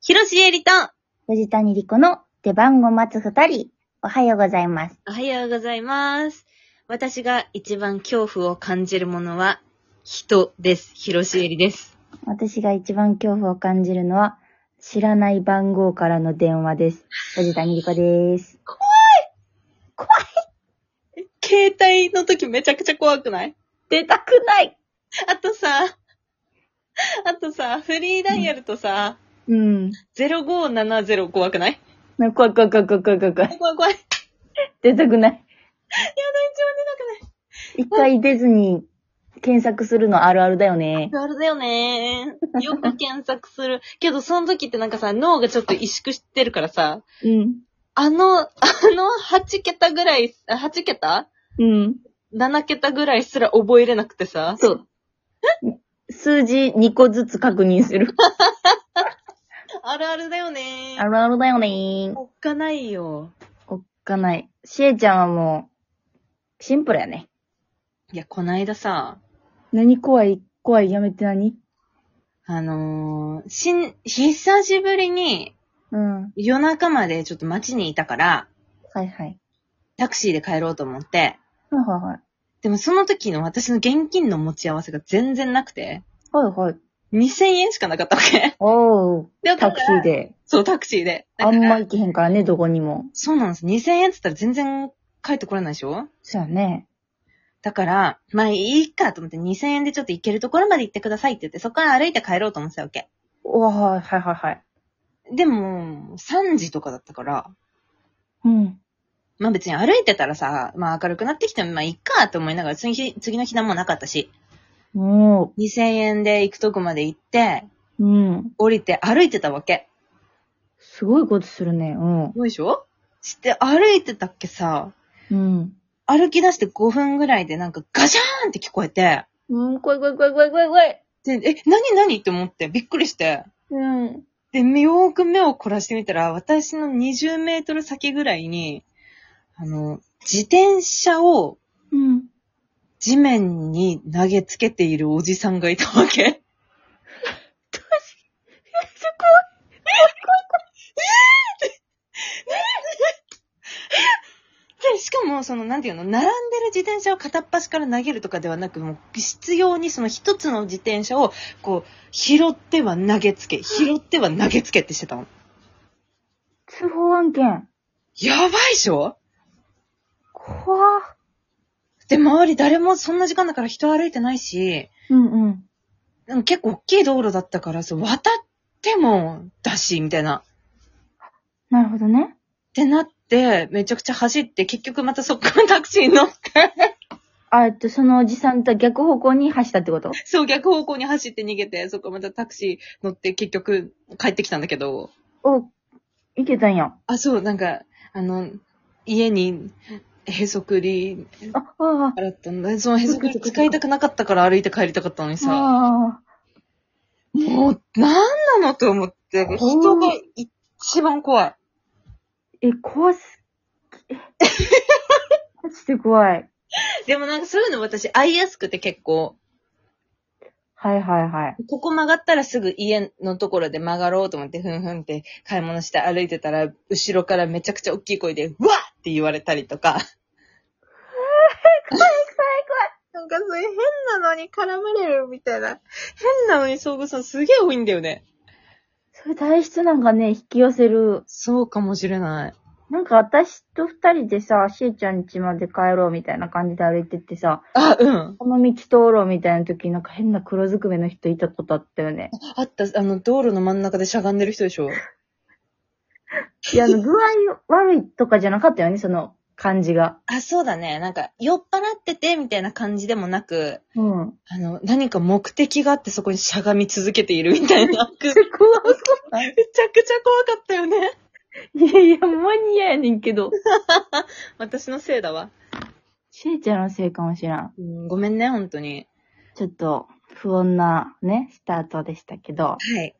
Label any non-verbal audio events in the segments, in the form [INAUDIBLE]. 広ロえりと、藤谷莉子の出番を待つ二人、おはようございます。おはようございます。私が一番恐怖を感じるものは、人です。広ロえりです。私が一番恐怖を感じるのは、知らない番号からの電話です。藤谷莉子です。携帯の時めちゃくちゃ怖くない出たくないあとさ、あとさ、フリーダイヤルとさ、うん。 0570怖くない怖い怖い怖い怖い怖い怖い怖い。怖い怖い。出たくない。一回出ずに検索するのあるあるだよね。あれだよねよく検索する。けど、その時ってなんかさ、脳がちょっと萎縮してるからさ、うん。あの、あの8桁ぐらい、あ8桁うん。 7桁ぐらいすら覚えれなくてさ。そう。数字2個ずつ確認する。あるあるだよねあるあるだよねー。おっかないよ。おっかない。しえちゃんはもう、シンプルやね。いや、こないださ、何怖い怖いやめて何あのー、しん、久しぶりにうん。夜中までちょっと街にいたから、はいはい。タクシーで帰ろうと思って、はいはいはい。でもその時の私の現金の持ち合わせが全然なくて、はいはい。 2000円しかなかったわけ。おー、で、だかタらクシーで。そう、タクシーで。だあかんらま行けへんからね、どこにも。そうなんです。2000円って言ったら全然帰ってこれないでしょそうやね。だから、まあいいかと思って2000円でちょっと行けるところまで行ってくださいって言って、そこから歩いて帰ろうと思ってたわけ。おー、はいはいはいはい。でも、3時とかだったから、うん。まあ別に歩いてたらさ、まあ明るくなってきてもまあいいかと思いながら、次の日、次の日何もなかったし、も2000円で行くとこまで行って、う、うん。降りて歩いてたわけ。すごいことするね。うんす。ごいでしょして歩いてたっけさ、うん。歩き出して5分ぐらいでなんかガシャーンって聞こえて、うん、怖い怖い怖い怖い怖い怖い。で、え、何何って思ってびっくりして、うん。で、よーく目を凝らしてみたら、私の20メートル先ぐらいに、あの、自転車をうん。地面に投げつけているおじさんがいたわけ。で、しかも、その、なんていうの、並んでる自転車を片っ端から投げるとかではなく、もう、必要にその一つの自転車を、こう、拾っては投げつけ、拾っては投げつけってしてたの。通報案件。やばいでしょ怖っ。で、周り誰もそんな時間だから人歩いてないし、うんうん。なんか結構大きい道路だったから、そう、渡っても、だし、みたいな。なるほどね。ってなって、めちゃくちゃ走って、結局またそっからタクシーに乗って、 [LAUGHS] あ、えっと、そのおじさんと逆方向に走ったってことそう逆方向に走って逃げて、そこまたタクシー乗って結局帰ってきたんだけど、お、いけたんや。あ、そう、なんか、あの、家に、へそくり、あ、ああ、洗ったんだ。そのへそくり使いたくなかったから歩いて帰りたかったのにさ、あもう、なんなのと思って、人が一番怖い。あ、え、怖す、え、マジで怖い。でもなんかそういうの私、会いやすくて結構、はいはいはい。ここ曲がったらすぐ家のところで曲がろうと思って、ふんふんって買い物して歩いてたら、後ろからめちゃくちゃ大きい声で、うわっって言われたりとか。なんかそういう変なのに絡まれるみたいな。変なのに遭遇さんすげえ多いんだよね。そういう体質なんかね、引き寄せる。そうかもしれない。なんか私と二人でさ、しーちゃん家まで帰ろうみたいな感じで歩いてってさ、あ、うん。この道通ろうみたいな時なんか変な黒ずくめの人いたことあったよね。あった、あの、道路の真ん中でしゃがんでる人でしょ。いや、あの、具合悪いとかじゃなかったよね、その感じが。あ、そうだね。なんか、酔っ払ってて、みたいな感じでもなく、うん。あの、何か目的があってそこにしゃがみ続けているみたいな。 [LAUGHS] めちゃくちゃ怖そう怖かったよね。いやいや、マニアやねんけど。私のせいだわ。しーちゃんのせいかもしらん。うん、ごめんね、本当に。ちょっと、不穏なね、スタートでしたけど。はい。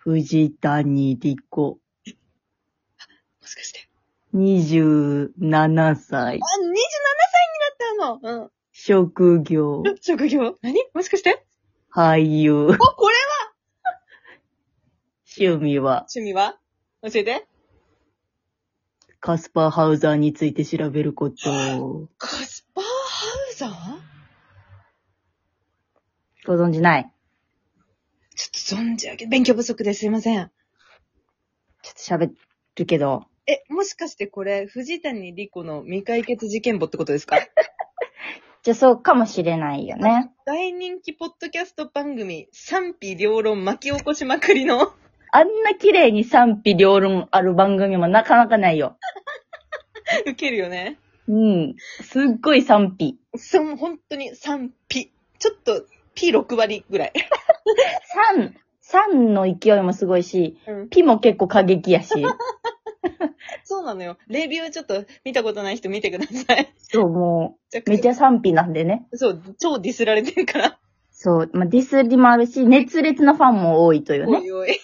藤谷莉も子、しかして。 27歳あ、27、歳になったの職業う、ん。職業何もしかして俳優。あ、これ趣味は趣味は教えて。カスパーハウザーについて調べること。カスパーハウザーご存じない。ちょっと存じ上げ、勉強不足ですいません。ちょっと喋るけど。え、もしかしてこれ、藤谷莉子の未解決事件簿ってことですかじゃあそうかもしれないよね。大人気ポッドキャスト番組、賛否両論巻き起こしまくりの。 [LAUGHS] あんな綺麗に賛否両論ある番組もなかなかないよ。受けるよね。うん。すっごい賛否。その本当に賛否。ちょっと、P6 割ぐらい。賛、賛の勢いもすごいし、うん。ピも結構過激 [LAUGHS] やし。そうなのよ。レビューちょっと見たことない人見てください。そう、もめう、めっちゃ賛否なんでね。そう、超ディスられてるから。そう、まあ、ディスりもあるし、熱烈なファンも多いというおね。いおい。 [LAUGHS] う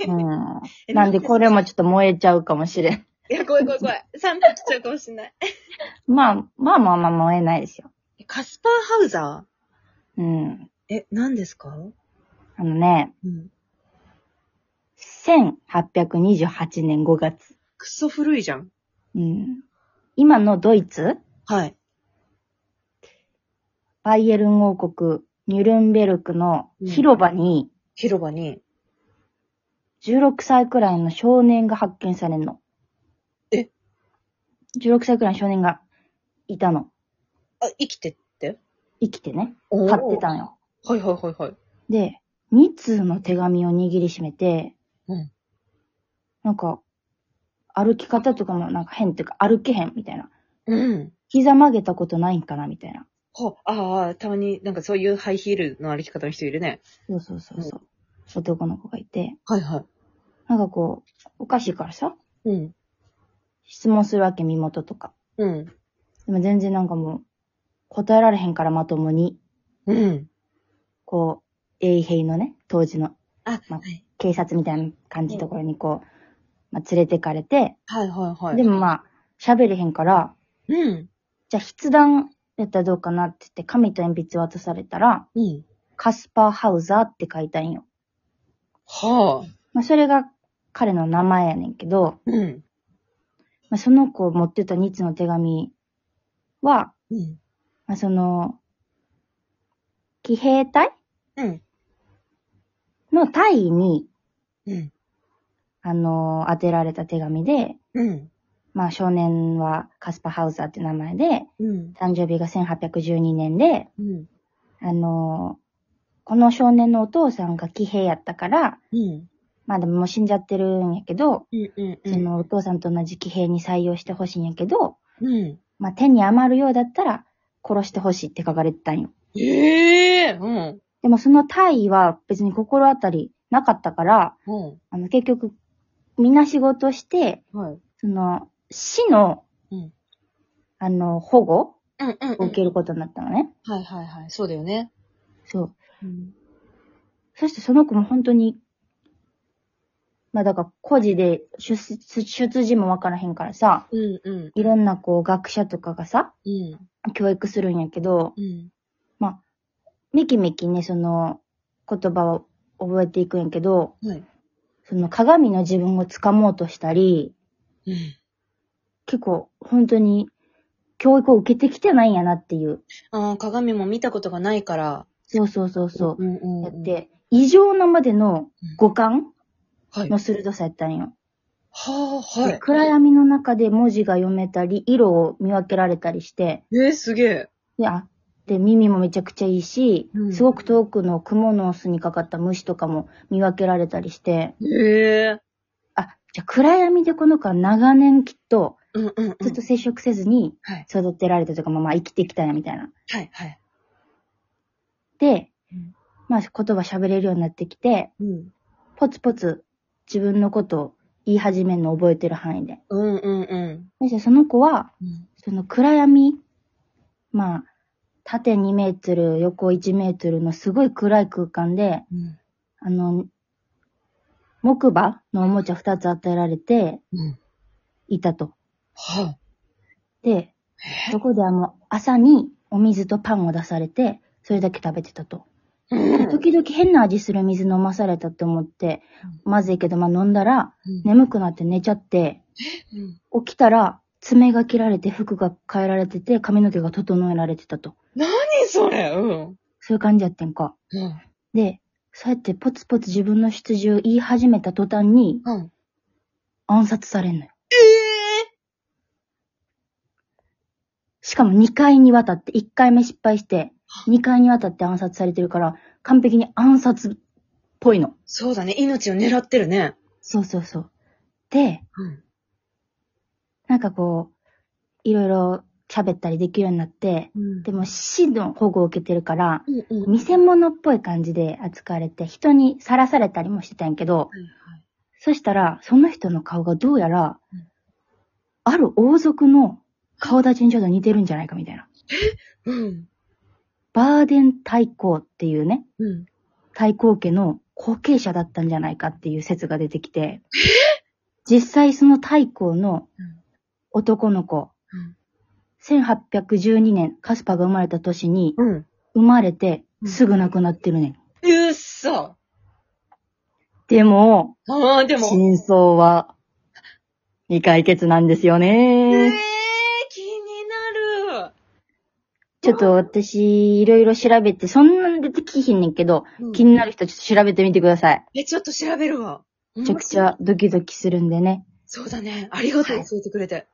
えん。なんでこれもちょっと燃えちゃうかもしれん。 [LAUGHS] いや、怖い怖い怖い。賛否来ちゃうかもしん [LAUGHS] ない。まあ、まあまあまあ燃えないですよ。カスパーハウザうん。ーえ、何ですかうあのね、ん。 1828年5月。クソ古いじゃん。うん。今のドイツ、はい。バイエルン王国、ニュルンベルクの広場に、広場に。 16歳くらいの少年が発見されんの。え ?16 歳くらいの少年がいたの。あ、生きてって生きてね。お買ってたはのよ。いはいはいはい。で、2通の手紙を握りしめて、うんなんか、歩き方とかもなんか変っていうか歩けへんみたいな。うん。膝曲げたことないんかなみたいな。は、ああ、たまになんかそういうハイヒールの歩き方の人いるね。そうそうそうそう。男の子がいて、はいはなんかこう、おかしいからさ、い。うん。質問するわけ、身元とか。うん。でも全然なんかもう、答えられへんからまともに、うん。こう、衛兵のね、当時のあ、まはい警察みたいな感じのところにこう、まあ、連れてかれて、はいはいはい。でもまあ、喋れへんから、うん。じゃあ筆談やったらどうかなって言って、紙と鉛筆渡されたら、うん。カスパーハウザーって書いたんよ。はあ。まあ、それが彼の名前やねんけど、うん。まあ、その子持ってた2つの手紙は、うん。まあ、その、騎兵隊うん。の隊位に、うん。あの、当てられた手紙で、うん。まあ少年はカスパハウザーって名前で、うん。誕生日が1812年で、うん。あの、この少年のお父さんが騎兵やったから、うん。まあでももう死んじゃってるんやけど、うん。うん。そのお父さんと同じ騎兵に採用してほしいんやけど、うん。まあ手に余るようだったら殺してほしいって書かれてたんよ。ええうん。でもその大尉は別に心当たりなかったから、うあの結局みんな仕事して、ん。はい。その死の、うんあの保護うんうん、を受けることになったのね。はいはいはい。そうだよね。そう。うん。そしてその子も本当に、まあだから孤児で出出出自もわからへんからさ、うんうん。いろんなこう学者とかがさ、うん。教育するんやけど、うん。めきめきね、その言葉を覚えていくんやけど、はい。その鏡の自分をつかもうとしたり、うん。結構本当に教育を受けてきてないんやなっていう。ああ、鏡も見たことがないから。そうそうそうそう。んうん、うん。やっ。て、異常なまでの五感はい。のは鋭さやったんよ。あ、はでい。暗闇の中で文字が読めたり、色を見分けられたりして、えー、すげえ。で、あ、で、耳もめちゃくちゃいいし、うんすごく遠くの雲の巣にかかった虫とかも見分けられたりして、ええあ、じゃあ暗闇でこの子は長年きっと、うんうん、うん。ずっと接触せずにはい。育てられたとか、まあまあ生きてきたんやみたいな。はい、はい。でうん、まあ言葉喋れるようになってきて、うん。ポツポツ自分のことを言い始めるのを覚えてる範囲で。うんうんうん。そしてその子は、うん。その暗闇、まあ、縦2メートル、横1メートルのすごい暗い空間で、うん。あの、木馬のおもちゃ2つ与えられてうん。いたと。はで、あ。えそこであの、朝にお水とパンを出されて、それだけ食べてたと。うん。時々変な味する水飲まされたって思って、まずいけど、まあ飲んだら、眠くなって寝ちゃって、うん起きたら、爪が切られて、服が変えられてて、髪の毛が整えられてたと。何それうん。そういう感じやってんか。うん。で、そうやってポツポツ自分の出自を言い始めた途端にうん。暗殺されんのよ。えしかも2回にわたって、1回目失敗して、2回にわたって暗殺されてるから、完璧に暗殺っぽいの。そうだね。命を狙ってるね。そうそうそう。で、うん。なんかこう、いろいろ喋ったりできるようになって、うんでも死の保護を受けてるから、うんうん。見せ物っぽい感じで扱われて、人にさらされたりもしてたんやけど、はいはいそしたら、その人の顔がどうやらうん、ある王族の顔立ちにちょっと似てるんじゃないかみたいな。うん。バーデン太后っていうね、うん。太后家の後継者だったんじゃないかっていう説が出てきて、実際その太后のうん男の子、うん1812年、カスパが生まれた年に、うん。生まれてうんすぐ亡くなってるねん。うっそ。でも、ああ、でも。真相は未解決なんですよええーね。、気になる。ちょっと私、いろいろ調べて、そんなん出てきひんねんけど、うん気になる人ちょっと調べてみてください。え、ちょっと調べるわ。めめちゃくち。ゃドキドキするんでね。そうだね。ありがとう、教えてくれて。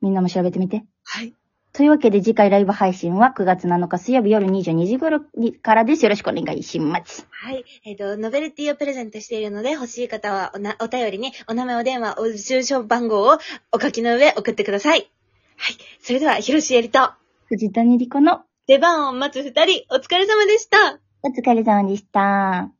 みんなも調べてみて。はい。というわけで次回ライブ配信は9月7日水曜日夜22時頃にからです。よろしくお願いします。はい。えっ、と、ノベルティをプレゼントしているので、欲しい方はおな、お便りに、お名前、お電話、お住所番号をお書きの上送ってください。はい。それでは、ひろしえりと、藤谷莉子の出番を待つ二人、お疲れ様でした。お疲れ様でした。